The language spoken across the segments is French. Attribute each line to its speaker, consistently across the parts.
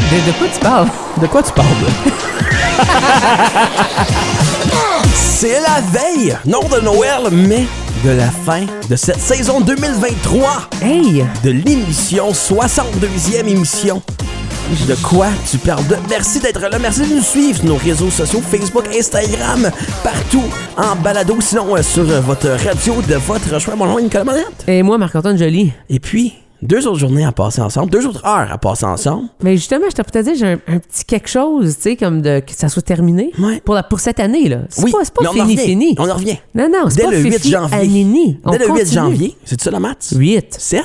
Speaker 1: De, de quoi tu parles?
Speaker 2: De quoi tu parles? C'est la veille, non de Noël, mais de la fin de cette saison 2023
Speaker 1: Hey!
Speaker 2: de l'émission, 62e émission. De quoi tu parles de? Merci d'être là, merci de nous suivre sur nos réseaux sociaux, Facebook, Instagram, partout en balado, sinon euh, sur euh, votre radio de votre choix. Mon nom est Nicolas Monette.
Speaker 1: Et moi, Marc-Antoine Joly.
Speaker 2: Et puis, deux autres journées à passer ensemble, deux autres heures à passer ensemble.
Speaker 1: Mais justement, je t'ai peut-être dit, j'ai un, un petit quelque chose, tu sais, comme de que ça soit terminé
Speaker 2: Ouais.
Speaker 1: pour, la, pour cette année, là. C'est pas, c'est pas
Speaker 2: mais on en
Speaker 1: fini,
Speaker 2: revient,
Speaker 1: fini.
Speaker 2: On en revient.
Speaker 1: Non, non, c'est
Speaker 2: Dès
Speaker 1: pas
Speaker 2: le 8
Speaker 1: fifi
Speaker 2: janvier.
Speaker 1: à nini. On
Speaker 2: Dès le 8
Speaker 1: continue.
Speaker 2: janvier. C'est ça la maths?
Speaker 1: 8.
Speaker 2: 7.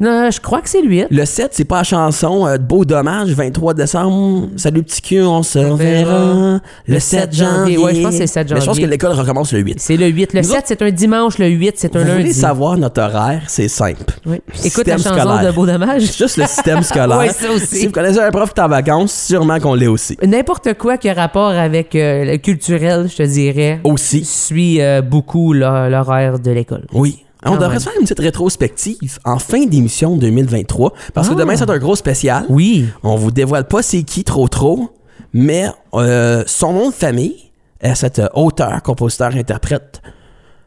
Speaker 1: Non, je crois que c'est lui.
Speaker 2: Le 7, c'est pas la chanson euh, de Beau Dommage, 23 décembre. Salut petit cul, on se reverra. Le 7 janvier.
Speaker 1: Ouais, je pense que c'est le 7
Speaker 2: Mais je pense que
Speaker 1: janvier.
Speaker 2: l'école recommence le 8.
Speaker 1: C'est le 8. Le
Speaker 2: Nous
Speaker 1: 7, c'est un dimanche. Le 8, c'est un
Speaker 2: Vous voulez
Speaker 1: lundi.
Speaker 2: savoir notre horaire, c'est simple.
Speaker 1: Oui. Écoute la
Speaker 2: Système
Speaker 1: chanson
Speaker 2: scolaire.
Speaker 1: de Beau Dommage.
Speaker 2: C'est Juste le système scolaire.
Speaker 1: Ouais, ça aussi.
Speaker 2: Si vous connaissez un prof qui est en vacances, sûrement qu'on l'est aussi.
Speaker 1: N'importe quoi qui a rapport avec euh, le culturel, je te dirais,
Speaker 2: Aussi.
Speaker 1: suit euh, beaucoup l'hor- l'horaire de l'école.
Speaker 2: Oui. On
Speaker 1: Quand
Speaker 2: devrait
Speaker 1: même.
Speaker 2: se faire une petite rétrospective en fin d'émission 2023 parce que
Speaker 1: Ah.
Speaker 2: demain c'est un gros spécial.
Speaker 1: Oui.
Speaker 2: On vous dévoile pas c'est qui trop trop, mais euh, son nom de famille est cette euh, auteure, compositeur, interprète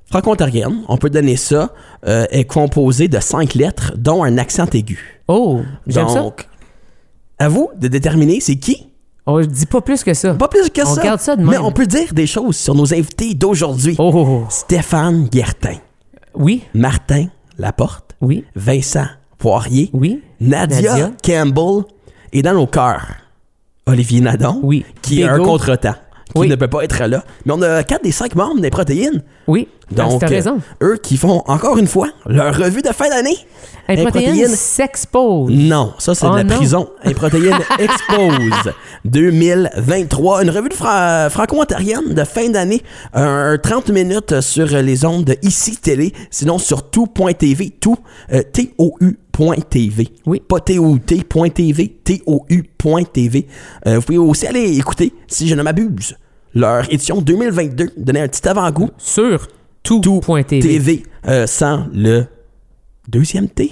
Speaker 2: franco-ontarienne. On peut donner ça. euh, est composée de cinq lettres, dont un accent aigu.
Speaker 1: Oh, j'aime ça.
Speaker 2: Donc, à vous de déterminer c'est qui.
Speaker 1: On dit pas plus que ça.
Speaker 2: Pas plus que
Speaker 1: On
Speaker 2: ça.
Speaker 1: garde ça de
Speaker 2: mais
Speaker 1: même.
Speaker 2: on peut dire des choses sur nos invités d'aujourd'hui.
Speaker 1: Oh, oh, oh.
Speaker 2: Stéphane Guertin,
Speaker 1: Oui,
Speaker 2: Martin Laporte,
Speaker 1: oui,
Speaker 2: Vincent Poirier,
Speaker 1: oui.
Speaker 2: Nadia,
Speaker 1: Nadia.
Speaker 2: Campbell et dans nos cœurs, Olivier Nadon,
Speaker 1: Oui.
Speaker 2: qui est un
Speaker 1: Bego.
Speaker 2: contre-temps, qui
Speaker 1: Oui.
Speaker 2: ne peut pas être là. Mais on a quatre des cinq membres des protéines.
Speaker 1: Oui, donc,
Speaker 2: Donc,
Speaker 1: t'as
Speaker 2: euh,
Speaker 1: raison.
Speaker 2: eux qui font encore une fois leur revue de fin d'année.
Speaker 1: Un
Speaker 2: les
Speaker 1: protéine
Speaker 2: protéines-
Speaker 1: s'expose.
Speaker 2: Non, ça c'est
Speaker 1: Oh,
Speaker 2: de la
Speaker 1: non.
Speaker 2: prison. Et Protéines Expose 2023, une revue de fra- franco-ontarienne de fin d'année, un 30 minutes sur les ondes de ICI Télé, sinon sur tout.tv, tout, euh, T-O-U.tv.
Speaker 1: Oui.
Speaker 2: Pas T-O-U-T.tv, T-O-U.tv. Euh, vous pouvez aussi aller écouter, si je ne m'abuse, leur édition 2022, donner un petit avant-goût,
Speaker 1: Sur tout, point TV.
Speaker 2: TV, euh, sans le deuxième T.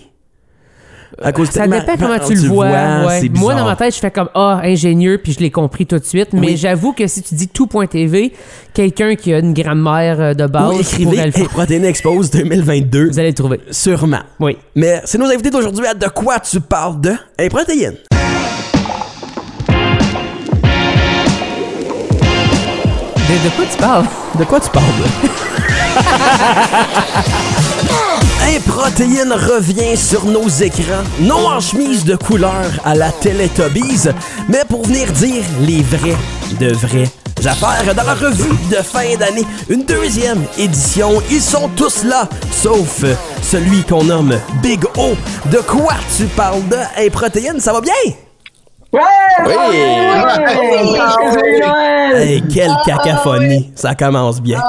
Speaker 2: À cause
Speaker 1: Euh, Ça
Speaker 2: tellement-
Speaker 1: dépend comment tu le vois. ouais.
Speaker 2: c'est
Speaker 1: Moi,
Speaker 2: bizarre.
Speaker 1: dans ma tête, je fais comme Ah, ingénieux, puis je l'ai compris tout de suite. Mais
Speaker 2: Oui.
Speaker 1: j'avoue que si tu dis tout.tv, quelqu'un qui a une grammaire euh, de
Speaker 2: Ou
Speaker 1: base pourrait
Speaker 2: écrivez
Speaker 1: le faire.
Speaker 2: Protéine Expose 2022,
Speaker 1: Vous allez le trouver.
Speaker 2: sûrement.
Speaker 1: Oui.
Speaker 2: Mais c'est nos invités d'aujourd'hui à De quoi tu parles de et Protéine.
Speaker 1: De, de quoi tu parles?
Speaker 2: De quoi tu parles? Hey, Protéine revient sur nos écrans, non en chemise de couleur à la Teletubbies, mais pour venir dire les vrais de vraies affaires dans la revue de fin d'année, une deuxième édition. Ils sont tous là, sauf euh, celui qu'on nomme Big O. De quoi tu parles de? Hey, Protéine, ça va bien? Hey, quelle cacophonie! Ça commence bien.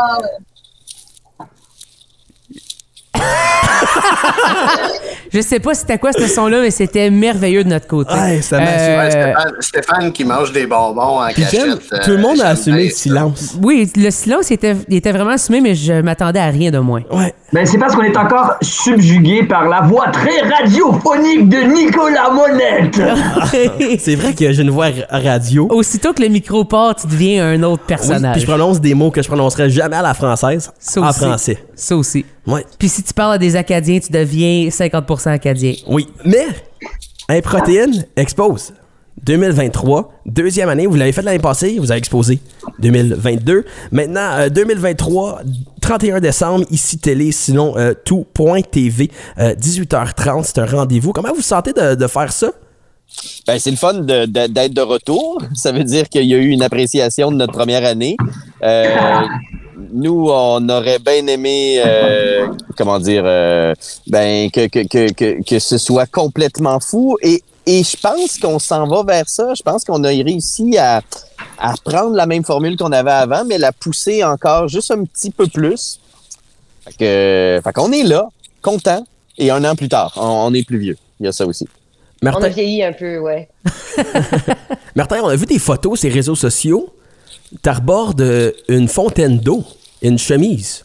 Speaker 1: Je sais pas c'était quoi ce son-là, mais c'était merveilleux de notre côté. Euh,
Speaker 2: Ouais, ça m'a-
Speaker 3: Ouais, Stéphane, Stéphane qui mange des bonbons en
Speaker 2: Puis j'aime,
Speaker 3: cachette. euh,
Speaker 2: tout le monde a
Speaker 3: j'aime
Speaker 2: assumé
Speaker 3: bien
Speaker 2: le
Speaker 3: ça.
Speaker 2: silence.
Speaker 1: Oui, le silence était, il était vraiment assumé, mais je m'attendais à rien de moins.
Speaker 2: Ouais.
Speaker 4: Ben, c'est parce qu'on est encore subjugué par la voix très radiophonique de Nicolas Monette.
Speaker 2: C'est vrai que j'ai une voix ra- radio.
Speaker 1: Aussitôt que le micro part, tu deviens un autre
Speaker 2: Oui, puis
Speaker 1: personnage.
Speaker 2: je prononce des mots que je prononcerais jamais à la française
Speaker 1: Ça
Speaker 2: en
Speaker 1: aussi.
Speaker 2: français.
Speaker 1: Ça aussi.
Speaker 2: Ouais.
Speaker 1: Puis si tu parles à des Acadiens, tu deviens 50% Acadien.
Speaker 2: Oui. Mais, un protéine expose. 2023, deuxième année, vous l'avez fait l'année passée, vous avez exposé 2022. Maintenant, euh, 2023, 31 décembre, ici télé, sinon euh, tout.tv, euh, 18h30, c'est un rendez-vous. Comment vous vous sentez de, de faire ça?
Speaker 5: Ben, c'est le fun de- de- d'être de retour. Ça veut dire qu'il y a eu une appréciation de notre première année. Euh, nous, on aurait bien aimé, euh, comment dire, euh, ben, que, que, que, que, que ce soit complètement fou. Et, et je pense qu'on s'en va vers ça. Je pense qu'on a réussi à, à prendre la même formule qu'on avait avant, mais la pousser encore juste un petit peu plus. Fait que- fait qu'on est là, content. Et un an plus tard, on- on est plus vieux. Il y a ça aussi.
Speaker 6: On a
Speaker 2: Martin,
Speaker 6: vieilli un peu, ouais.
Speaker 2: Martin, on a vu des photos sur les réseaux sociaux. T'arbordes euh, une fontaine d'eau et une chemise.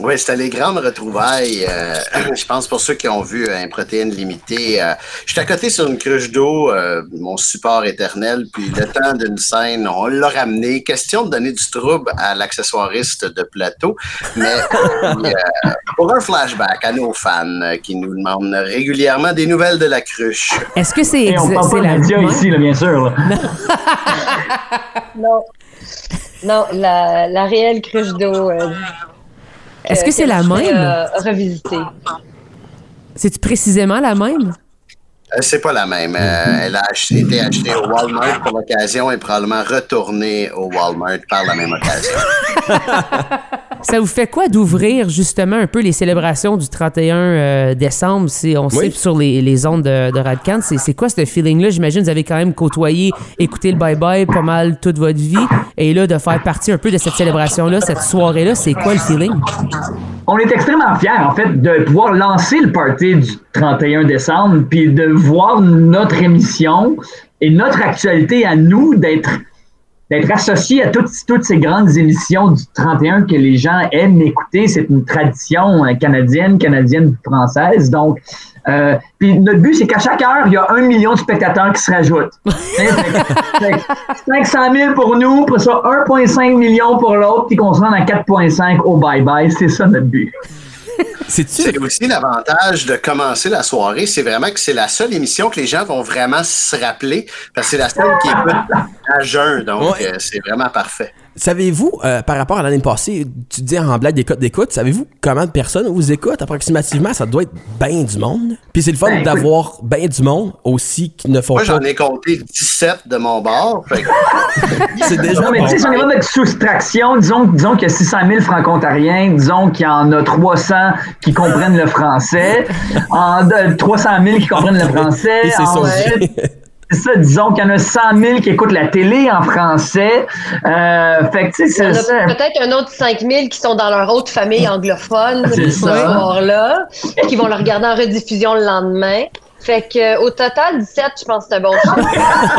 Speaker 3: Oui, c'était les grandes retrouvailles. euh, je pense pour ceux qui ont vu euh, un protéine limitée. euh, J'étais à côté sur une cruche d'eau, euh, mon support éternel, puis le temps d'une scène, on l'a ramené. Question de donner du trouble à l'accessoiriste de plateau, mais euh, pour un flashback à nos fans euh, qui nous demandent régulièrement des nouvelles de la cruche.
Speaker 1: Est-ce que c'est
Speaker 4: Et on
Speaker 1: exa-
Speaker 4: parle
Speaker 1: c'est
Speaker 4: pas de
Speaker 1: la
Speaker 4: médias
Speaker 1: Ouais.
Speaker 4: ici, là, bien sûr. là.
Speaker 6: Non. Non, la, la réelle cruche d'eau. euh,
Speaker 1: Est-ce que c'est la
Speaker 6: je
Speaker 1: même?
Speaker 6: vais, euh, revisiter.
Speaker 1: C'est-tu précisément la même?
Speaker 3: Euh, C'est pas la même. Euh, elle a ach- été achetée au Walmart pour l'occasion et probablement retournée au Walmart par la même occasion.
Speaker 1: Ça vous fait quoi d'ouvrir justement un peu les célébrations du 31 euh, décembre? C'est- on sait
Speaker 2: Oui.
Speaker 1: sur les, les ondes de, de Radcan, c'est c'est quoi ce feeling-là? J'imagine que vous avez quand même côtoyé, écouté le bye-bye pas mal toute votre vie. Et là, de faire partie un peu de cette célébration-là, cette soirée-là, c'est quoi le feeling?
Speaker 4: On est extrêmement fiers, en fait, de pouvoir lancer le party du 31 décembre, puis de voir notre émission et notre actualité à nous d'être d'être associé à toutes, toutes ces grandes émissions du 31 que les gens aiment écouter. C'est une tradition euh, canadienne, canadienne, française. Donc, euh, puis notre but, c'est qu'à chaque heure, il y a un million de spectateurs qui se rajoutent. Hein, fait que- fait que 500 000 pour nous, pour ça 1,5 million pour l'autre, puis qu'on se rende à 4,5 au bye-bye. C'est ça notre but.
Speaker 2: C'est-tu
Speaker 3: C'est aussi l'avantage de commencer la soirée, c'est vraiment que c'est la seule émission que les gens vont vraiment se rappeler, parce que c'est la seule qui écoute à jeun, donc
Speaker 2: Ouais.
Speaker 3: euh, c'est vraiment parfait.
Speaker 2: Savez-vous, euh, par rapport à l'année passée, tu dis en blague des codes d'écoute, savez-vous comment de personnes vous écoutent approximativement? Ça doit être bien du monde. Puis c'est le fun
Speaker 4: Ben, écoute.
Speaker 2: d'avoir bien du monde aussi qui ne font
Speaker 3: Moi,
Speaker 2: pas.
Speaker 3: j'en ai compté 17 de mon bord. fait que-
Speaker 2: C'est déjà
Speaker 4: Non, mais
Speaker 2: bon.
Speaker 4: tu sais, si on est de soustraction, disons, disons qu'il y a 600 000 franco-ontariens, disons qu'il y en a 300 qui comprennent le français, en, de- 300 000 qui comprennent le français.
Speaker 2: Et c'est
Speaker 4: en-
Speaker 2: son-
Speaker 4: c'est ça, disons qu'il y en a 100 000 qui écoutent la télé en français. Euh, fait que, tu sais,
Speaker 6: Il y en
Speaker 4: c'est ça.
Speaker 6: a peut-être un autre 5000 qui sont dans leur autre famille anglophone
Speaker 4: C'est
Speaker 6: ce
Speaker 4: ça.
Speaker 6: soir-là, qui vont le regarder en rediffusion le lendemain. Fait que euh, au total, 17, je pense que c'est un bon chiffre.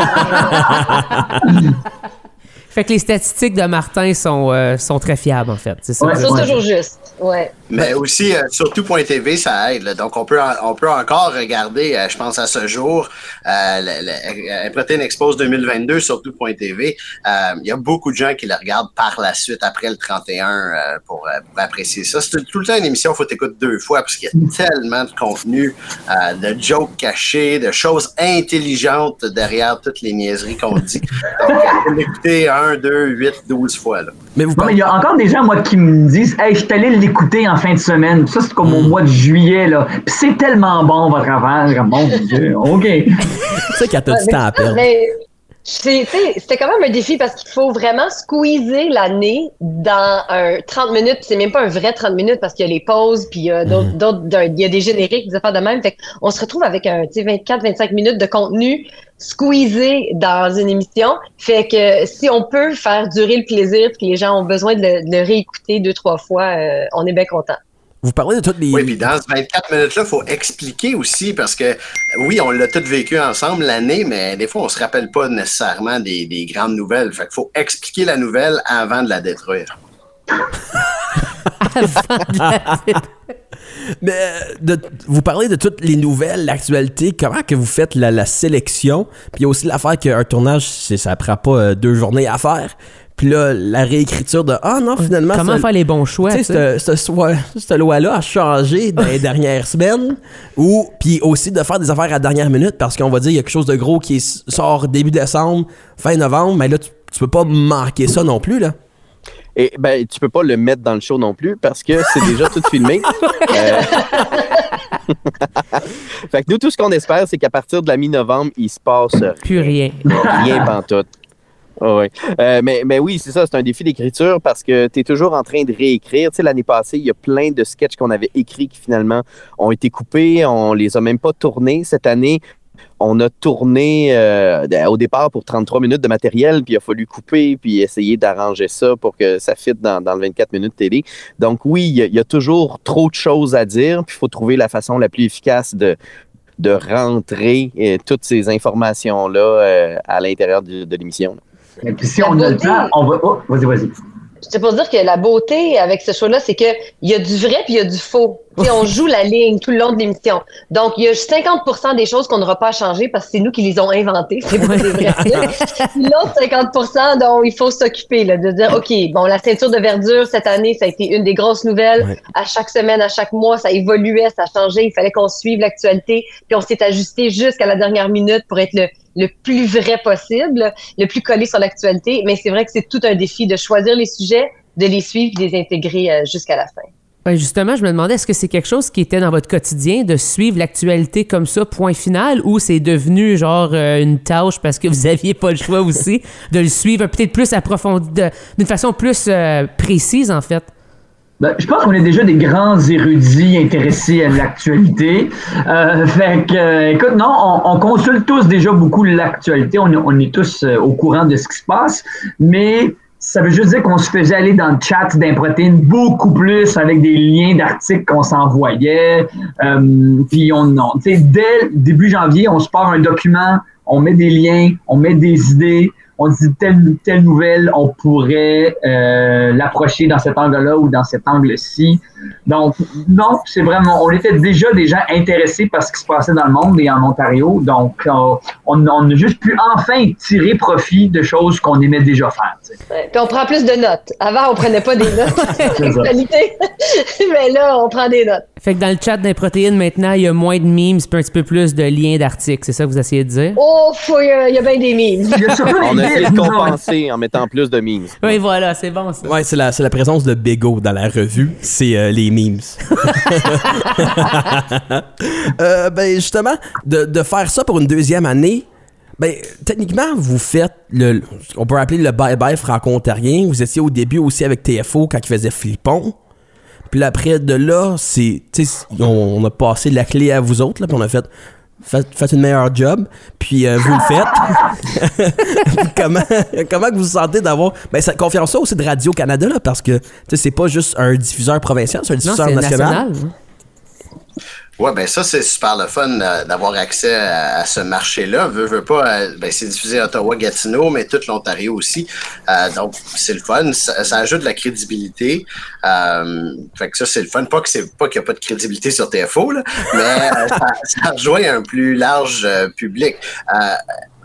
Speaker 1: Fait que les statistiques de Martin sont, euh, sont très fiables, en fait. C'est ça.
Speaker 4: Ouais,
Speaker 6: Euh,
Speaker 1: que-
Speaker 6: ça, c'est toujours juste. Ouais.
Speaker 3: Mais aussi, euh, surtout .tv, ça aide. là. Donc, on peut, en- on peut encore regarder, euh, je pense à ce jour, euh, le- le- euh, Protein Expose 2022 sur tout.tv. Euh, Il y a beaucoup de gens qui le regardent par la suite, après le 31, euh, pour, euh, pour apprécier ça. C'est tout le temps une émission, faut t'écouter deux fois, parce qu'il y a tellement de contenu, euh, de jokes cachés, de choses intelligentes derrière toutes les niaiseries qu'on dit. Donc, euh, faut l'écouter 1, 2, 8, 12 fois. Là.
Speaker 2: Mais vous
Speaker 4: Non, mais
Speaker 2: parlez.
Speaker 4: il y a encore des gens, moi, qui me disent Hey, je suis allé l'écouter en fin de semaine. Ça, c'est comme
Speaker 6: Mm.
Speaker 4: au mois de juillet, là. Puis c'est tellement bon, votre avance. Mon Dieu, OK.
Speaker 2: Tu sais qu'elle t'a du
Speaker 6: Ouais,
Speaker 2: temps à perdre.
Speaker 6: Mais c'est- tu sais, c'était quand même un défi parce qu'il faut vraiment squeezer l'année dans un 30 minutes. puis C'est même pas un vrai 30 minutes parce qu'il y a les pauses, puis il y a d'autres, d'autres- d'un- il y a des génériques, des affaires de même. Fait on se retrouve avec un 24-25 minutes de contenu squeezé dans une émission. Fait que si on peut faire durer le plaisir, puis que les gens ont besoin de le, de le réécouter deux, trois fois, euh, on est bien content.
Speaker 2: Vous parlez de toutes les.
Speaker 3: Oui, puis dans ce 24 minutes-là, il faut expliquer aussi parce que, oui, on l'a tous vécu ensemble l'année, mais des fois, on se rappelle pas nécessairement des, des grandes nouvelles. Fait qu'il faut expliquer la nouvelle avant de la détruire.
Speaker 2: Mais euh, de, vous parlez de toutes les nouvelles, l'actualité, comment que vous faites la, la sélection. Puis il y a aussi l'affaire qu'un tournage, c'est- ça prend pas euh, deux journées à faire. Puis là, la réécriture de Ah non, finalement,
Speaker 1: Comment
Speaker 2: ça-
Speaker 1: faire les bons choix?
Speaker 2: Tu sais,
Speaker 1: ça?
Speaker 2: cette- cette soi- cette loi-là a changé dans les dernières semaines. Ou, puis aussi de faire des affaires à la dernière minute parce qu'on va dire il y a quelque chose de gros qui s- sort début décembre, fin novembre. Mais là, tu, tu peux pas manquer ça non plus, là.
Speaker 5: Et ben, tu peux pas le mettre dans le show non plus parce que c'est déjà tout filmé. Euh, fait que nous, tout ce qu'on espère, c'est qu'à partir de la mi-novembre, il se passe euh,
Speaker 1: Plus rien.
Speaker 5: rien pantoute. Ah ouais. Euh, mais, mais oui, c'est ça, c'est un défi d'écriture parce que tu es toujours en train de réécrire. Tu sais, l'année passée, il y a plein de sketchs qu'on avait écrits qui finalement ont été coupés, on les a même pas tournés. Cette année, on a tourné euh, au départ pour 33 minutes de matériel, puis il a fallu couper, puis essayer d'arranger ça pour que ça fitte dans, dans le 24 minutes télé. Donc oui, il y, a- il y a toujours trop de choses à dire, puis il faut trouver la façon la plus efficace de, de rentrer euh, toutes ces informations-là euh, à l'intérieur de, de l'émission.
Speaker 4: Et puis si
Speaker 6: La
Speaker 4: on a le
Speaker 6: beauté.
Speaker 4: temps, on va. Oh, vas-y, vas-y.
Speaker 6: c'est pour dire que la beauté avec ce show-là, c'est que il y a du vrai puis il y a du faux. Tu sais, on joue la ligne tout le long de l'émission. Donc, il y a 50 des choses qu'on n'aura pas à changer parce que c'est nous qui les ont inventées. C'est pas des vrais trucs. Puis L'autre 50 dont il faut s'occuper, là, de dire, OK, bon, la ceinture de verdure, cette année, ça a été une des grosses nouvelles.
Speaker 2: Ouais.
Speaker 6: À chaque semaine, à chaque mois, ça évoluait, ça changeait. Il fallait qu'on suive l'actualité. Puis on s'est ajusté jusqu'à la dernière minute pour être le le plus vrai possible, le plus collé sur l'actualité. Mais c'est vrai que c'est tout un défi de choisir les sujets, de les suivre, de les intégrer euh, jusqu'à la fin.
Speaker 1: Ben, justement, je me demandais, est-ce que c'est quelque chose qui était dans votre quotidien de suivre l'actualité comme ça, point final, ou c'est devenu genre euh, une tâche parce que vous aviez pas le choix aussi de le suivre peut-être plus approfondi, de- d'une façon plus euh, précise en fait?
Speaker 4: Ben, je pense qu'on est déjà des grands érudits intéressés à l'actualité. Euh, fait que, euh, écoute, non, on, on consulte tous déjà beaucoup l'actualité. On, est- on est tous euh, au courant de ce qui se passe. Mais ça veut juste dire qu'on se faisait aller dans le chat d'Improtéine beaucoup plus avec des liens d'articles qu'on s'envoyait. Euh, puis on, on- tu sais, dès le début janvier, on se part un document, on met des liens, on met des idées on dit telle, telle nouvelle, on pourrait euh, l'approcher dans cet angle-là ou dans cet angle-ci. Donc, non, c'est vraiment, on était déjà des gens intéressés par ce qui se passait dans le monde et en Ontario. Donc, on, on, on a juste pu enfin tirer profit de choses qu'on aimait déjà faire. tu sais.
Speaker 6: Ouais. Puis on prend plus de notes. Avant, on prenait pas des notes. L'actualité. Mais là, on prend des notes.
Speaker 1: Fait que dans le chat des protéines, maintenant, il y a moins de memes, puis un petit peu plus de liens d'articles. C'est ça que vous essayez de dire?
Speaker 6: Oh, faut- il y a- il y a bien des mimes.
Speaker 4: Il y a surtout
Speaker 5: On
Speaker 4: des hein.
Speaker 5: a essayé de
Speaker 4: guides, non,
Speaker 5: compenser en mettant plus de memes.
Speaker 1: Oui, voilà, c'est bon ça.
Speaker 2: Ouais, c'est la, c'est la présence de Bego dans la revue, c'est euh, les memes. Euh, ben justement, de, de faire ça pour une deuxième année, ben techniquement, vous faites le, ce qu'on peut appeler le bye-bye franco-ontarien. Vous étiez au début aussi avec TFO quand ils faisaient Flippon. Puis là, après de là, c'est, tu sais, on, on a passé la clé à vous autres, là, puis on a fait, faites, faites une meilleure job, puis euh, vous le faites. comment, comment que vous vous sentez d'avoir ben, cette confiance-là aussi de Radio-Canada, là, parce que tu sais, c'est pas juste un diffuseur provincial, c'est un
Speaker 1: Non,
Speaker 2: diffuseur
Speaker 1: c'est
Speaker 2: national.
Speaker 1: national. hein.
Speaker 3: Ouais, ben ça, c'est super le fun euh, d'avoir accès à, à ce marché-là. Veux, veux pas, euh, ben c'est diffusé à Ottawa, Gatineau, mais toute l'Ontario aussi. Euh, donc, c'est le fun. Ça, ça ajoute de la crédibilité. Euh, fait que ça, c'est le fun. Pas que c'est pas qu'il n'y a pas de crédibilité sur TFO, là, mais euh, ça, ça rejoint un plus large euh, public. Euh,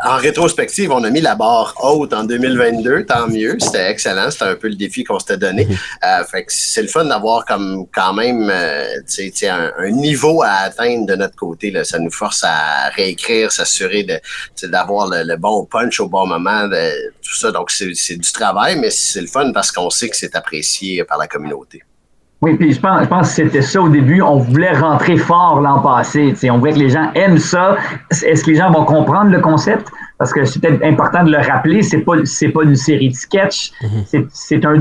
Speaker 3: en rétrospective, on a mis la barre haute en 2022, tant mieux, c'était excellent, c'était un peu le défi qu'on s'était donné. Euh, fait que c'est le fun d'avoir comme quand même euh, tu sais, tu sais, un, un niveau à atteindre de notre côté. Là. Ça nous force à réécrire, s'assurer de tu sais, d'avoir le, le bon punch au bon moment, de- tout ça. Donc c'est c'est du travail, mais c'est le fun parce qu'on sait que c'est apprécié par la communauté.
Speaker 4: Oui, puis je pense, je pense que c'était ça au début. On voulait rentrer fort l'an passé. tu sais. On voulait que les gens aiment ça. Est-ce que les gens vont comprendre le concept? Parce que c'est peut-être important de le rappeler. C'est pas, c'est pas une série de sketchs. C'est- C'est un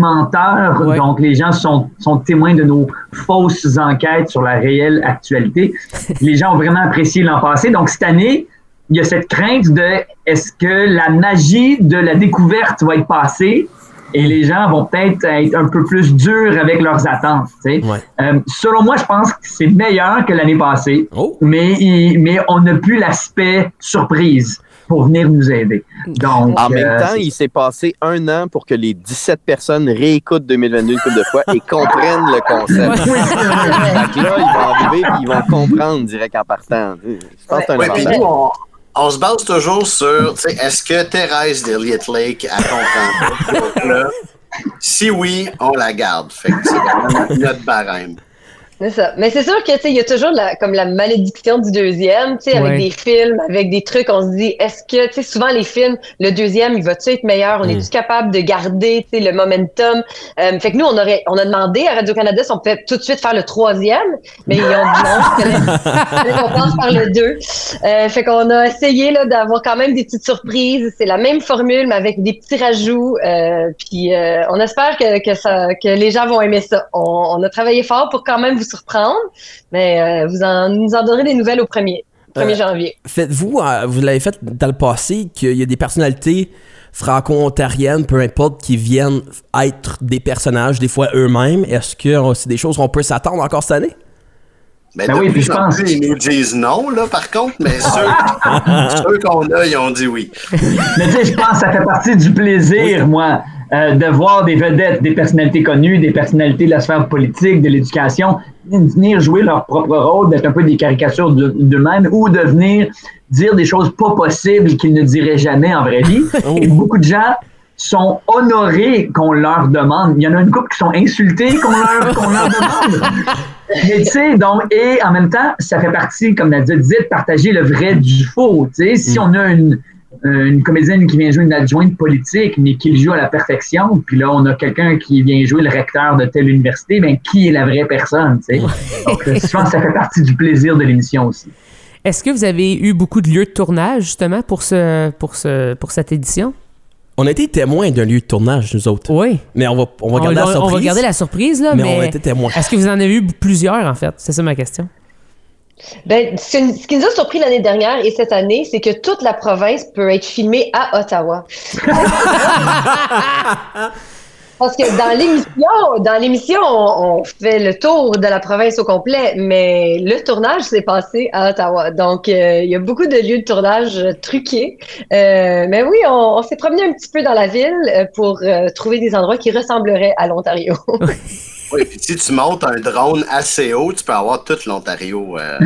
Speaker 4: documentaire.
Speaker 1: Ouais.
Speaker 4: Donc, les gens sont, sont témoins de nos fausses enquêtes sur la réelle actualité. les gens ont vraiment apprécié l'an passé. Donc, cette année, il y a cette crainte de est-ce que la magie de la découverte va être passée? et les gens vont peut-être être un peu plus durs avec leurs attentes. tu sais.
Speaker 2: Ouais.
Speaker 4: Euh, selon moi, je pense que c'est meilleur que l'année passée,
Speaker 2: Oh.
Speaker 4: mais, il- mais on n'a plus l'aspect surprise pour venir nous aider. Donc,
Speaker 5: En même
Speaker 4: euh,
Speaker 5: temps,
Speaker 4: c'est-
Speaker 5: il s'est passé un an pour que les 17 personnes réécoutent 2022 une couple de fois et comprennent le concept. Fait que là, ils vont arriver et ils vont comprendre direct en partant. Je pense que c'est un
Speaker 3: Ouais, puis
Speaker 5: avantage.
Speaker 3: nous, on, on se base toujours sur tu sais, est-ce que Thérèse d'Eliot Lake a compris ce joke-là? Si oui, on la garde. Fait que c'est vraiment notre barème.
Speaker 6: C'est ça. Mais c'est sûr que tu sais, il y a toujours la, comme la malédiction du deuxième, tu sais,
Speaker 1: Ouais.
Speaker 6: avec des films, avec des trucs, on se dit, est-ce que, tu sais, souvent les films, le deuxième, il va-tu être meilleur? On est-tu capable de garder, tu sais, le momentum? Euh, fait que nous, on aurait, on a demandé à Radio-Canada si on pouvait tout de suite faire le troisième, mais ils ont dit non. Fait qu'on passe par le deux. Euh, fait qu'on a essayé, là, d'avoir quand même des petites surprises. C'est la même formule, mais avec des petits rajouts. Euh, puis, euh, on espère que, que ça, que les gens vont aimer ça. On, on a travaillé fort pour quand même vous surprendre. Mais euh, vous en, nous en donnerez des nouvelles au 1er, 1er janvier.
Speaker 2: Faites-vous, euh, vous l'avez fait dans le passé, qu'il y a des personnalités franco-ontariennes, peu importe, qui viennent être des personnages, des fois eux-mêmes. Est-ce que euh, c'est des choses qu'on peut s'attendre encore cette année?
Speaker 3: Mais
Speaker 4: Ben
Speaker 3: de
Speaker 4: oui, puis
Speaker 3: plus
Speaker 4: je
Speaker 3: en
Speaker 4: pense-
Speaker 3: plus, ils nous disent non, là, par contre, mais ceux, ceux qu'on a, ils ont dit oui.
Speaker 4: Mais tu sais, je pense que ça fait partie du plaisir, moi. euh, de voir des vedettes, des personnalités connues, des personnalités de la sphère politique, de l'éducation, venir jouer leur propre rôle, d'être un peu des caricatures de- d'eux-mêmes ou de venir dire des choses pas possibles qu'ils ne diraient jamais en vraie vie.
Speaker 2: Oh!
Speaker 4: Et beaucoup de gens sont honorés qu'on leur demande. Il y en a une couple qui sont insultés qu'on leur, qu'on leur demande. Mais tu sais, donc, et en même temps, ça fait partie, comme Nadia disait, de partager le vrai du faux. Tu sais, si on a une, euh, une comédienne qui vient jouer une adjointe politique, mais qui le joue à la perfection, puis là, on a quelqu'un qui vient jouer le recteur de telle université, ben, qui est la vraie personne, tu sais? Donc, euh, je pense que ça fait partie du plaisir de l'émission aussi.
Speaker 1: Est-ce que vous avez eu beaucoup de lieux de tournage, justement, pour, ce, pour, ce, pour cette édition?
Speaker 2: On a été témoins d'un lieu de tournage, nous autres.
Speaker 1: Oui.
Speaker 2: Mais on va, on va
Speaker 1: On,
Speaker 2: garder la
Speaker 1: on- on
Speaker 2: surprise.
Speaker 1: va garder la surprise, là,
Speaker 2: mais,
Speaker 1: mais,
Speaker 2: on a été témoins.
Speaker 1: est-ce que vous en avez eu plusieurs, en fait? C'est ça ma question.
Speaker 6: Ben, ce, ce qui nous a surpris l'année dernière et cette année, c'est que toute la province peut être filmée à Ottawa. Parce que dans l'émission, dans l'émission, on, on fait le tour de la province au complet, mais le tournage s'est passé à Ottawa. Donc, euh, il y a beaucoup de lieux de tournage euh, truqués. Euh, mais oui, on, on s'est promené un petit peu dans la ville euh, pour euh, trouver des endroits qui ressembleraient à l'Ontario.
Speaker 3: Oui, puis si tu montes un drone assez haut, tu peux avoir tout l'Ontario. euh,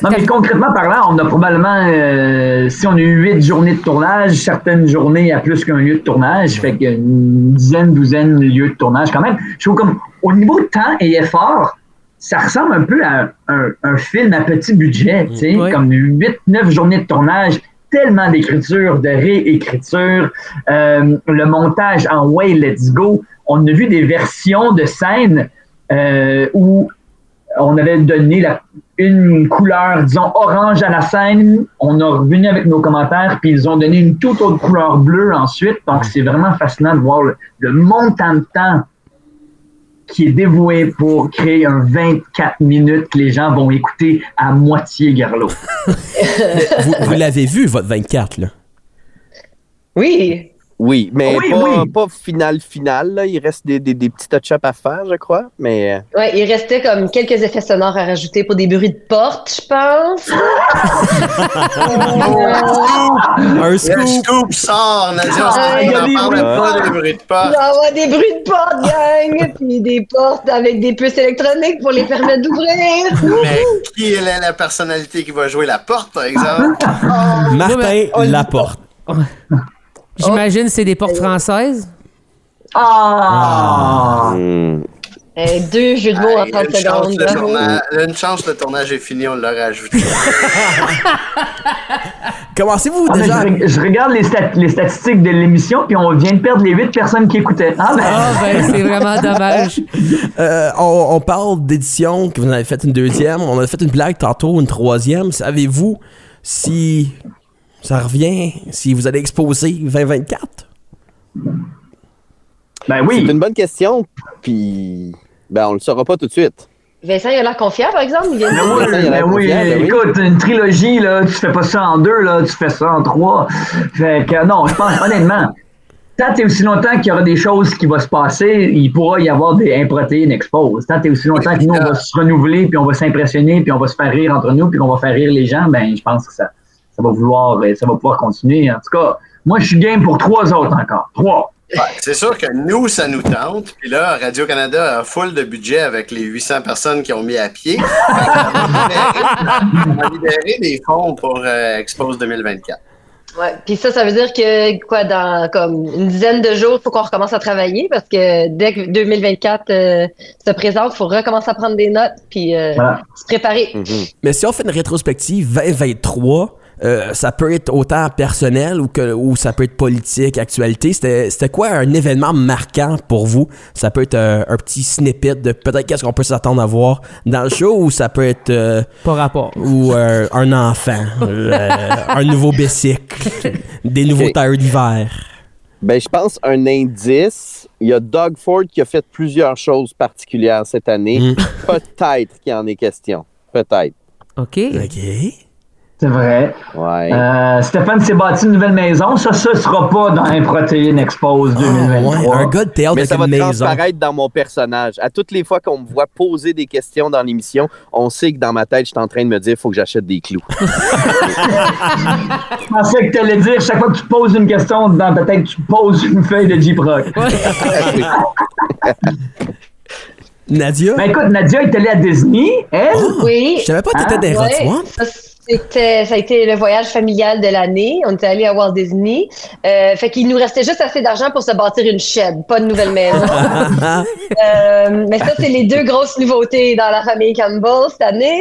Speaker 4: Non, mais concrètement parlant, on a probablement, euh, si on a eu huit journées de tournage, certaines journées à plus qu'un lieu de tournage, fait qu'une dizaine, douzaine de lieux de tournage quand même. Je trouve comme, au niveau de temps et effort, ça ressemble un peu à un, un film à petit budget, tu sais,
Speaker 1: Ouais.
Speaker 4: comme huit, neuf journées de tournage, tellement d'écriture, de réécriture, euh, le montage en way, let's go. On a vu des versions de scènes euh, où on avait donné la- une couleur, disons, orange à la scène. On a revenu avec nos commentaires, puis ils ont donné une toute autre couleur bleue ensuite. Donc, c'est vraiment fascinant de voir le, le montant de temps qui est dévoué pour créer un 24 minutes que les gens vont écouter à moitié garlot.
Speaker 2: Vous, vous l'avez vu, votre 24, là.
Speaker 6: Oui.
Speaker 5: Oui, mais
Speaker 4: Oui,
Speaker 5: pas,
Speaker 4: oui.
Speaker 5: pas final final. là. Il reste des, des, des petits touch-ups à faire, je crois. Mais euh,
Speaker 6: Ouais, il restait comme quelques effets sonores à rajouter pour des bruits de porte, je pense.
Speaker 2: Un
Speaker 3: Le
Speaker 2: scoop.
Speaker 3: scoop sort, Nadia,
Speaker 6: Ah,
Speaker 3: on
Speaker 6: il y
Speaker 4: a des
Speaker 3: n'en parle
Speaker 4: bruits
Speaker 3: pas
Speaker 4: de
Speaker 3: des bruits de
Speaker 6: Il
Speaker 3: porte.
Speaker 6: va y avoir des bruits de porte, gang! Puis des portes avec des puces électroniques pour les permettre d'ouvrir.
Speaker 3: Mais qui est la, la personnalité qui va jouer la porte, par exemple?
Speaker 2: Ah. Martin
Speaker 5: on le-
Speaker 2: Laporte.
Speaker 1: Oh. J'imagine que c'est des portes françaises.
Speaker 4: Ah!
Speaker 5: euh,
Speaker 6: Eh, deux jeux de mots
Speaker 3: Ah,
Speaker 6: en
Speaker 3: il y a
Speaker 6: 30
Speaker 3: une, chance,
Speaker 6: secondes.
Speaker 3: le
Speaker 6: là.
Speaker 3: tournage, une chance, le tournage est fini, on l'a rajouté.
Speaker 2: Commencez-vous
Speaker 4: Ah, mais
Speaker 2: déjà.
Speaker 4: je, je regarde les, stat- les statistiques de l'émission, puis on vient de perdre les huit personnes qui écoutaient. Ah, ben,
Speaker 1: Ah, ben, c'est vraiment dommage.
Speaker 2: Euh, on, on parle d'édition, que vous en avez fait une deuxième. On a fait une blague tantôt, une troisième. Savez-vous si ça revient, si vous allez exposer 2024?
Speaker 4: ben
Speaker 5: c'est
Speaker 4: oui.
Speaker 5: une bonne question. Puis, ben, on le saura pas tout de suite.
Speaker 6: Vincent, il a l'air confiant, par exemple. Il vient de
Speaker 4: Ben
Speaker 6: dire-
Speaker 4: oui,
Speaker 5: il y en a
Speaker 4: ben oui,
Speaker 5: plusieurs, ben oui.
Speaker 4: écoute, une trilogie, là, tu fais pas ça en deux, là, tu fais ça en trois. Fait que non, je pense honnêtement, tant et aussi longtemps qu'il y aura des choses qui vont se passer, il pourra y avoir des improtéines exposes. Tant et aussi longtemps que nous, on va se renouveler, puis on va s'impressionner, puis on va se faire rire entre nous, puis qu'on va faire rire les gens, ben je pense que ça, ça va vouloir, euh, ça va pouvoir continuer. En tout cas, moi, je suis game pour trois autres encore. Trois.
Speaker 3: C'est sûr que nous, ça nous tente. Puis là, Radio-Canada a full de budget avec les 800 personnes qui ont mis à pied. On va libérer- on va libérer des fonds pour euh, Expose 2024.
Speaker 6: Ouais. Puis ça, ça veut dire que, quoi, dans comme une dizaine de jours, il faut qu'on recommence à travailler parce que dès que 2024 euh, se présente, il faut recommencer à prendre des notes puis euh,
Speaker 4: Voilà.
Speaker 6: se préparer.
Speaker 2: Mais si on fait une rétrospective 2023, euh, ça peut être autant personnel ou, que, ou ça peut être politique, actualité. C'était c'était quoi un événement marquant pour vous? Ça peut être euh, un petit snippet de peut-être qu'est-ce qu'on peut s'attendre à voir dans le show ou ça peut être euh,
Speaker 1: Pas rapport.
Speaker 2: ou euh, un enfant, euh, un nouveau bicycle, des nouveaux
Speaker 5: Ok.
Speaker 2: tailleurs d'hiver.
Speaker 5: Ben, je pense un indice. Il y a Doug Ford qui a fait plusieurs choses particulières cette année.
Speaker 2: Mm.
Speaker 5: Peut-être qu'il en est question. Peut-être.
Speaker 1: OK.
Speaker 2: OK.
Speaker 4: C'est vrai.
Speaker 5: Ouais.
Speaker 4: Euh, Stéphane s'est bâti une nouvelle maison. Ça, ce sera pas dans un Protéine Expose
Speaker 2: Ah, ouais,
Speaker 4: 2023.
Speaker 2: un gars de théâtre
Speaker 5: Mais
Speaker 2: avec
Speaker 5: ça va
Speaker 2: une maison.
Speaker 5: transparaître dans mon personnage. À toutes les fois qu'on me voit poser des questions dans l'émission, on sait que dans ma tête, je suis en train de me dire faut que j'achète des clous.
Speaker 4: Je pensais que tu allais dire chaque fois que tu poses une question dans ta tête, tu poses une feuille de J-Proc.
Speaker 2: Nadia,
Speaker 4: Ben écoute, Nadia est allée à Disney, elle.
Speaker 6: Oui.
Speaker 2: je savais pas que t'étais des
Speaker 6: Ah, Ouais,
Speaker 2: Rottweilers.
Speaker 6: ça, c'était- ça a été le voyage familial de l'année. On était allé à Walt Disney. Euh, fait qu'il nous restait juste assez d'argent pour se bâtir une shed, pas de nouvelle maison. Euh, mais ça, c'est les deux grosses nouveautés dans la famille Campbell cette année.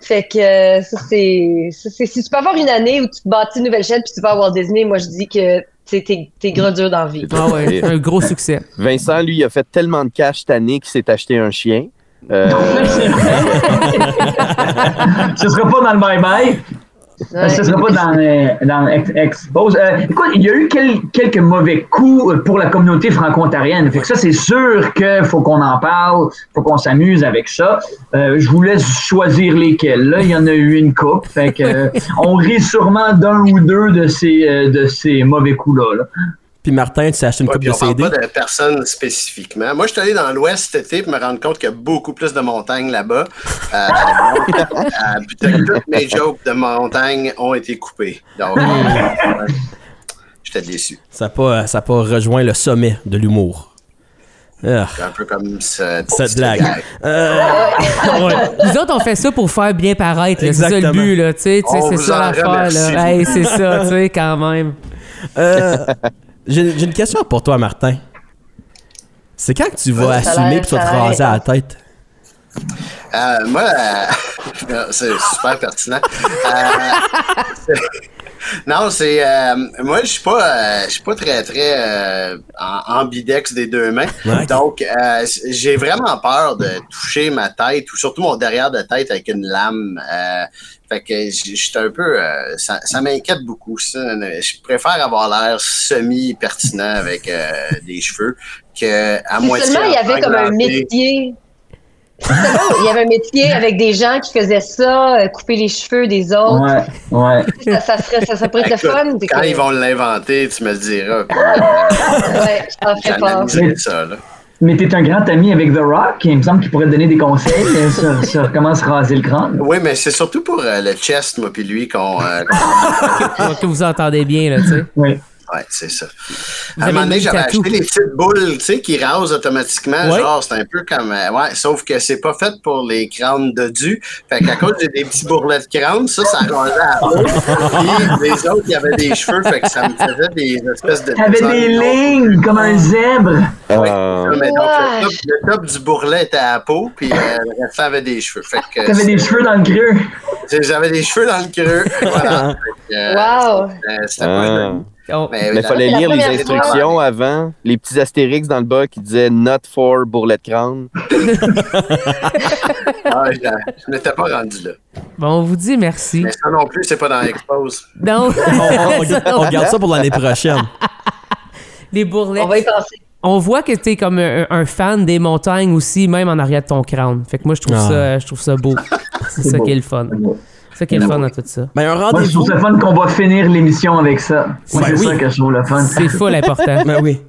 Speaker 6: Fait que euh, ça, c'est. ça, c'est- Si tu peux avoir une année où tu te bâtis une nouvelle chaîne puis tu vas à Walt Disney, moi, je dis que c'est- t'es t'es gros dur dans la vie.
Speaker 1: Ah ouais, un gros succès.
Speaker 5: Vincent, lui, il a fait tellement de cash cette année qu'il s'est acheté un chien. Euh,
Speaker 4: Ce sera pas dans le bye-bye.
Speaker 6: Ouais.
Speaker 4: Ce sera pas dans, euh, dans Ex- Expose. Euh, écoute, il y a eu quel- quelques mauvais coups euh, pour la communauté franco-ontarienne. Fait que ça, c'est sûr qu'il faut qu'on en parle, faut qu'on s'amuse avec ça. Euh, je vous laisse choisir lesquels. Là, il y en a eu une coupe. Fait que, euh, on rit sûrement d'un ou deux de ces, euh, de ces mauvais coups-là. là.
Speaker 2: Puis Martin, tu t'es acheté une
Speaker 3: Ouais,
Speaker 2: coupe
Speaker 3: puis
Speaker 2: de
Speaker 3: on parle
Speaker 2: CD.
Speaker 3: pas de personnes spécifiquement. Moi, je suis allé dans l'Ouest cet été pour me rendre compte qu'il y a beaucoup plus de montagnes là-bas. Euh, euh, puis toutes mes jokes de montagne ont été coupées. Donc,
Speaker 2: Hmm.
Speaker 3: euh, j'étais déçu.
Speaker 2: Ça n'a pas, euh, ça a pas rejoint le sommet de l'humour. Ah,
Speaker 3: C'est un peu comme ce-
Speaker 2: cette blague. Euh, ouais.
Speaker 1: Nous autres, on fait ça pour faire bien paraître. là. C'est ça le
Speaker 2: Exactement.
Speaker 1: but, là. Tu sais, tu sais,
Speaker 3: On
Speaker 1: c'est
Speaker 3: vous
Speaker 1: ça
Speaker 3: en
Speaker 1: l'affaire, là.
Speaker 3: remercie.
Speaker 1: Hey, c'est ça, tu sais, quand même.
Speaker 2: Euh, J'ai j'ai une question pour toi, Martin. C'est quand que tu vas
Speaker 6: ça a
Speaker 2: assumer
Speaker 6: l'air-
Speaker 2: puis tu vas
Speaker 6: ça
Speaker 2: te
Speaker 6: a l'air
Speaker 2: raser à la tête?
Speaker 3: Euh, moi, euh, c'est super pertinent. Euh, c'est- non, c'est euh, moi, je suis pas, euh, je suis pas très très euh, en- ambidex des deux mains.
Speaker 2: Ouais.
Speaker 3: Donc, euh, j'ai vraiment peur de toucher ma tête ou surtout mon derrière de tête avec une lame. Euh, fait que j- je suis un peu, euh, ça, ça m'inquiète beaucoup. Ça. Je préfère avoir l'air semi pertinent avec euh, des cheveux que à
Speaker 6: Si
Speaker 3: moitié.
Speaker 6: seulement il y avait comme un
Speaker 3: ensanglanté.
Speaker 6: métier. Si seulement il y avait un métier avec des gens qui faisaient ça, euh, couper les cheveux des autres.
Speaker 4: Ouais, ouais.
Speaker 6: Ça, ça serait, ça, ça pourrait être le
Speaker 3: Écoute,
Speaker 6: fun. c'est
Speaker 3: Quand
Speaker 6: que-
Speaker 3: ils vont l'inventer, tu me le diras. puis
Speaker 6: Ouais, je t'en ferais pas.
Speaker 3: J'analyserai ça. Là.
Speaker 4: Mais t'es un grand ami avec The Rock. Il me semble qu'il pourrait te donner des conseils euh, sur, sur comment se raser le crâne.
Speaker 3: Oui, mais c'est surtout pour euh, le chest, moi puis lui, qu'on. euh, qu'on-
Speaker 1: Pour que vous entendez bien, là, tu sais.
Speaker 4: Oui.
Speaker 3: ouais, c'est ça.
Speaker 1: Vous
Speaker 3: À un
Speaker 1: avez
Speaker 3: moment
Speaker 1: le
Speaker 3: donné,
Speaker 1: même
Speaker 3: j'avais
Speaker 1: tatou.
Speaker 3: acheté les petites boules, tu sais, qui rasent automatiquement.
Speaker 1: Ouais.
Speaker 3: Genre, c'est un peu comme. euh, ouais, sauf que c'est pas fait pour les crânes dodus. Fait qu'à cause j'ai des petits bourrelets de crâne, ça, ça rasait à haut. Puis les autres, il y avait des cheveux, fait que ça me faisait des espèces de.
Speaker 4: T'avais des lignes comme un zèbre.
Speaker 5: euh,
Speaker 3: Mais donc, le,
Speaker 6: Ouais.
Speaker 3: top, le top du bourrelet était à la peau, puis euh, le restant avait des cheveux. Fait que
Speaker 4: T'avais des cheveux dans le creux.
Speaker 3: J'ai- J'avais des cheveux dans le creux. Voilà. Euh,
Speaker 6: Wow!
Speaker 3: euh, C'était pas
Speaker 5: ah.
Speaker 3: joli.
Speaker 1: On-
Speaker 5: Mais il fallait
Speaker 6: la
Speaker 5: lire les
Speaker 6: première fois.
Speaker 5: instructions avant, les petits astérix dans le bas qui disaient Not for bourrelet de crâne.
Speaker 3: Ah, je je m'étais pas rendu là.
Speaker 1: Bon, on vous dit merci.
Speaker 3: Mais ça non plus, c'est pas dans l'expose.
Speaker 1: Non,
Speaker 2: On, on- on garde ça pour l'année prochaine.
Speaker 1: les bourrelets.
Speaker 6: On va y penser.
Speaker 1: On voit que t'es comme un, un fan des montagnes aussi, même en arrière de ton crâne. Fait que moi, je trouve
Speaker 2: Ah.
Speaker 1: ça, je trouve ça beau. C'est ça
Speaker 4: beau.
Speaker 1: qui est le fun. C'est ça qui est le fun dans tout ça.
Speaker 2: Mais Ben, un
Speaker 4: Moi, je
Speaker 2: rendez-vous.
Speaker 4: trouve ça fun qu'on va finir l'émission avec ça. Moi,
Speaker 2: Ouais,
Speaker 4: c'est
Speaker 2: oui.
Speaker 4: ça que je trouve le fun.
Speaker 1: C'est full important.
Speaker 2: Ben oui.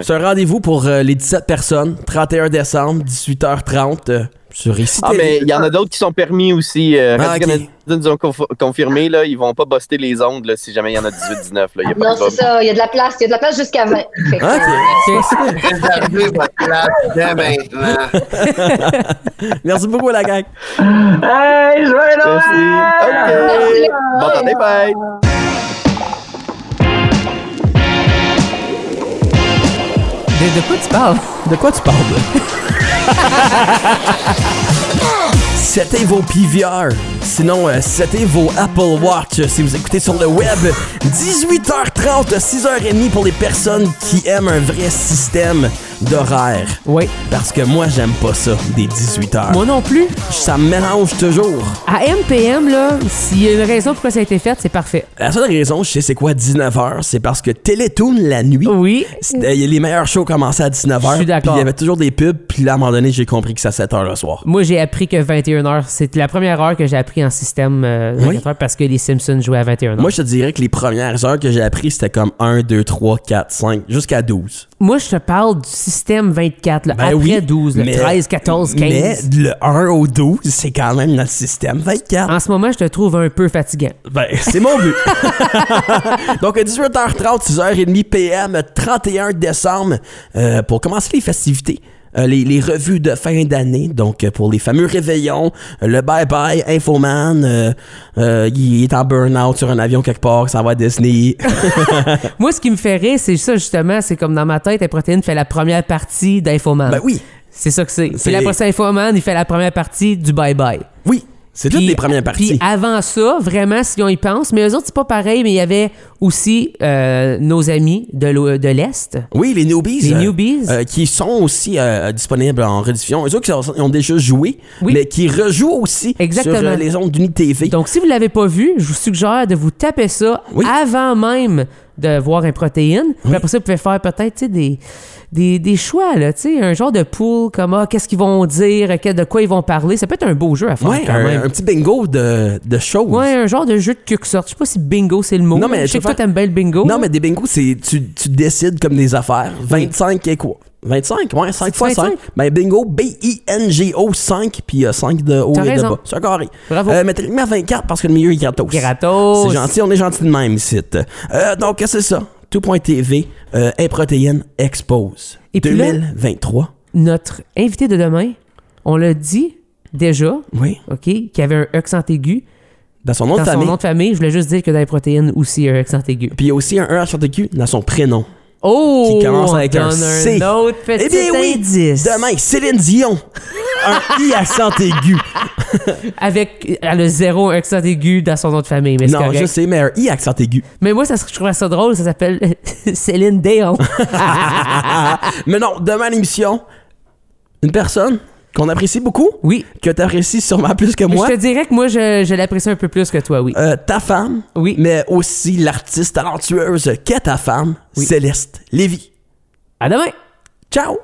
Speaker 2: C'est un rendez-vous pour euh, les 17 personnes, 31 décembre, 18h30, euh, sur ici.
Speaker 5: Ah,
Speaker 2: Télé.
Speaker 5: mais il y en a d'autres qui sont permis aussi. Euh,
Speaker 2: Ah,
Speaker 5: Radio-Canada
Speaker 2: ok.
Speaker 5: nous ont conf- confirmé, là, ils vont pas buster les ondes là, si jamais il y en a 18-19. là. Il y a pas de
Speaker 6: Non, c'est
Speaker 5: problème. Hein?
Speaker 6: ça. Il y a de la place. Il y a de la place jusqu'à 20. Fait que,
Speaker 2: Ok.
Speaker 1: Ok.
Speaker 3: Réservez votre place dès maintenant.
Speaker 2: Merci beaucoup, la gang.
Speaker 4: Hey, joyeux
Speaker 6: Ah!
Speaker 4: Noël!
Speaker 5: Merci. OK. Bon temps des fêtes.
Speaker 1: De, de quoi tu parles?
Speaker 2: De quoi tu parles? C'était vos PVR. Sinon, euh, c'était vos Apple Watch. Si vous écoutez sur le web, 18h30, 6h30 pour les personnes qui aiment un vrai système d'horaire.
Speaker 1: Oui.
Speaker 2: Parce que moi, j'aime pas ça, des 18 heures.
Speaker 1: Moi non plus.
Speaker 2: Ça me mélange toujours.
Speaker 1: À MPM, là, s'il y a une raison pourquoi ça a été fait, c'est parfait.
Speaker 2: La seule raison, je sais c'est quoi 19h, c'est parce que Télétoon la nuit,
Speaker 1: Oui.
Speaker 2: c'était- les meilleurs shows commençaient à 19h.
Speaker 1: Je suis d'accord.
Speaker 2: Puis il y avait toujours des pubs, puis là, à un moment donné, j'ai compris que c'est à 7h le soir.
Speaker 1: Moi, j'ai appris que 21h, c'est la première heure que j'ai appris en système euh,
Speaker 2: Oui.
Speaker 1: 24 heures parce que les Simpsons jouaient à 21h.
Speaker 2: Moi, je te dirais que les premières heures que j'ai appris, c'était comme 1, 2, 3, 4, 5, jusqu'à 12.
Speaker 1: Moi, je te parle du système 24, là,
Speaker 2: Ben
Speaker 1: après
Speaker 2: oui,
Speaker 1: 12, le
Speaker 2: mais-
Speaker 1: 13, 14, 15.
Speaker 2: Mais le 1 au 12, c'est quand même notre système 24.
Speaker 1: En ce moment, je te trouve un peu fatigant.
Speaker 2: Ben, c'est mon but. Donc, à 18h30, 6h30 PM, 31 décembre, euh, pour commencer les festivités. euh, les, les revues de fin d'année, donc euh, pour les fameux réveillons, euh, le bye-bye, Infoman, euh, euh, il est en burn-out sur un avion quelque part, ça va à Disney.
Speaker 1: Ah. Moi, ce qui me fait rire, c'est ça, justement, c'est comme dans ma tête, la protéine fait la première partie d'Infoman.
Speaker 2: ben oui,
Speaker 1: C'est ça que c'est.
Speaker 2: C'est-
Speaker 1: Puis après ça, Infoman, il fait la première partie du bye-bye.
Speaker 2: oui, c'est toutes
Speaker 1: Puis-
Speaker 2: les premières parties.
Speaker 1: Puis ah, avant ça, vraiment, si on y pense, mais eux autres, c'est pas pareil, mais il y avait aussi euh, nos amis de l'O- de l'Est.
Speaker 2: Oui, les newbies.
Speaker 1: Les
Speaker 2: euh,
Speaker 1: newbies.
Speaker 2: euh, qui sont aussi euh, disponibles en rediffusion. Eux autres qui ont- ont déjà joué,
Speaker 1: Oui.
Speaker 2: mais qui rejouent aussi
Speaker 1: Exactement.
Speaker 2: sur euh, les ondes d'Uni TV.
Speaker 1: Donc, si vous l'avez pas vu, je vous suggère de vous taper ça
Speaker 2: Oui.
Speaker 1: avant même de voir un protéine. Puis après ça, vous pouvez faire peut-être tu sais, des, des, des choix, là, tu sais, un genre de pool, comme ah, qu'est-ce qu'ils vont dire, que- de quoi ils vont parler. Ça peut être un beau jeu à faire
Speaker 2: ouais,
Speaker 1: quand
Speaker 2: un,
Speaker 1: même.
Speaker 2: un petit bingo de, de choses.
Speaker 1: Ouais, un genre de jeu de quelque sorte. Je sais pas si bingo c'est le mot.
Speaker 2: Non,
Speaker 1: là.
Speaker 2: mais
Speaker 1: je sais
Speaker 2: tu
Speaker 1: que toi,
Speaker 2: peux faire-
Speaker 1: t'aimes bien le bingo.
Speaker 2: Non, mais des bingos, c'est tu, tu décides comme des affaires. 25 et quoi? 25, ouais, 5 fois 5.
Speaker 1: 25?
Speaker 2: Ben, bingo, B-I-N-G-O 5, puis 5 de haut
Speaker 1: T'as
Speaker 2: et de
Speaker 1: raison.
Speaker 2: bas. C'est un carré.
Speaker 1: Bravo.
Speaker 2: Euh, mais techniquement 24 parce que le milieu est gratos.
Speaker 1: Gratos.
Speaker 2: C'est gentil, on est gentil de même ici. Euh, donc, c'est ça. Tout.tv, euh, Improtéine Expose.
Speaker 1: Et puis là-
Speaker 2: 2023.
Speaker 1: Notre invité de demain, on l'a dit déjà,
Speaker 2: oui.
Speaker 1: OK, qu'il y avait un accent aigu.
Speaker 2: Dans son nom
Speaker 1: Dans
Speaker 2: de
Speaker 1: son
Speaker 2: famille.
Speaker 1: nom de famille, je voulais juste dire que dans les protéines aussi, il y a un accent aigu.
Speaker 2: Puis il y a aussi un 1 à Chantecu dans son prénom.
Speaker 1: Oh!
Speaker 2: qui commence
Speaker 1: on
Speaker 2: avec un
Speaker 1: donne
Speaker 2: C.
Speaker 1: autre petit
Speaker 2: eh bien oui,
Speaker 1: indice.
Speaker 2: demain, Céline Dion. Un I accent aigu.
Speaker 1: Avec elle a zéro accent aigu dans son nom de famille. Mais, c'est
Speaker 2: Non,
Speaker 1: correct.
Speaker 2: je sais, mais un I accent aigu.
Speaker 1: mais moi, ça, se- je trouvais ça drôle. Ça s'appelle Céline Déon.
Speaker 2: mais non, demain à l'émission, une personne qu'on apprécie beaucoup,
Speaker 1: oui.
Speaker 2: que t'apprécies sûrement plus que moi,
Speaker 1: Je te dirais que moi, je, je l'apprécie un peu plus que toi, oui.
Speaker 2: euh, ta femme,
Speaker 1: Oui.
Speaker 2: mais aussi l'artiste talentueuse qu'est ta femme, Céleste Lévy.
Speaker 1: À demain!
Speaker 2: Ciao!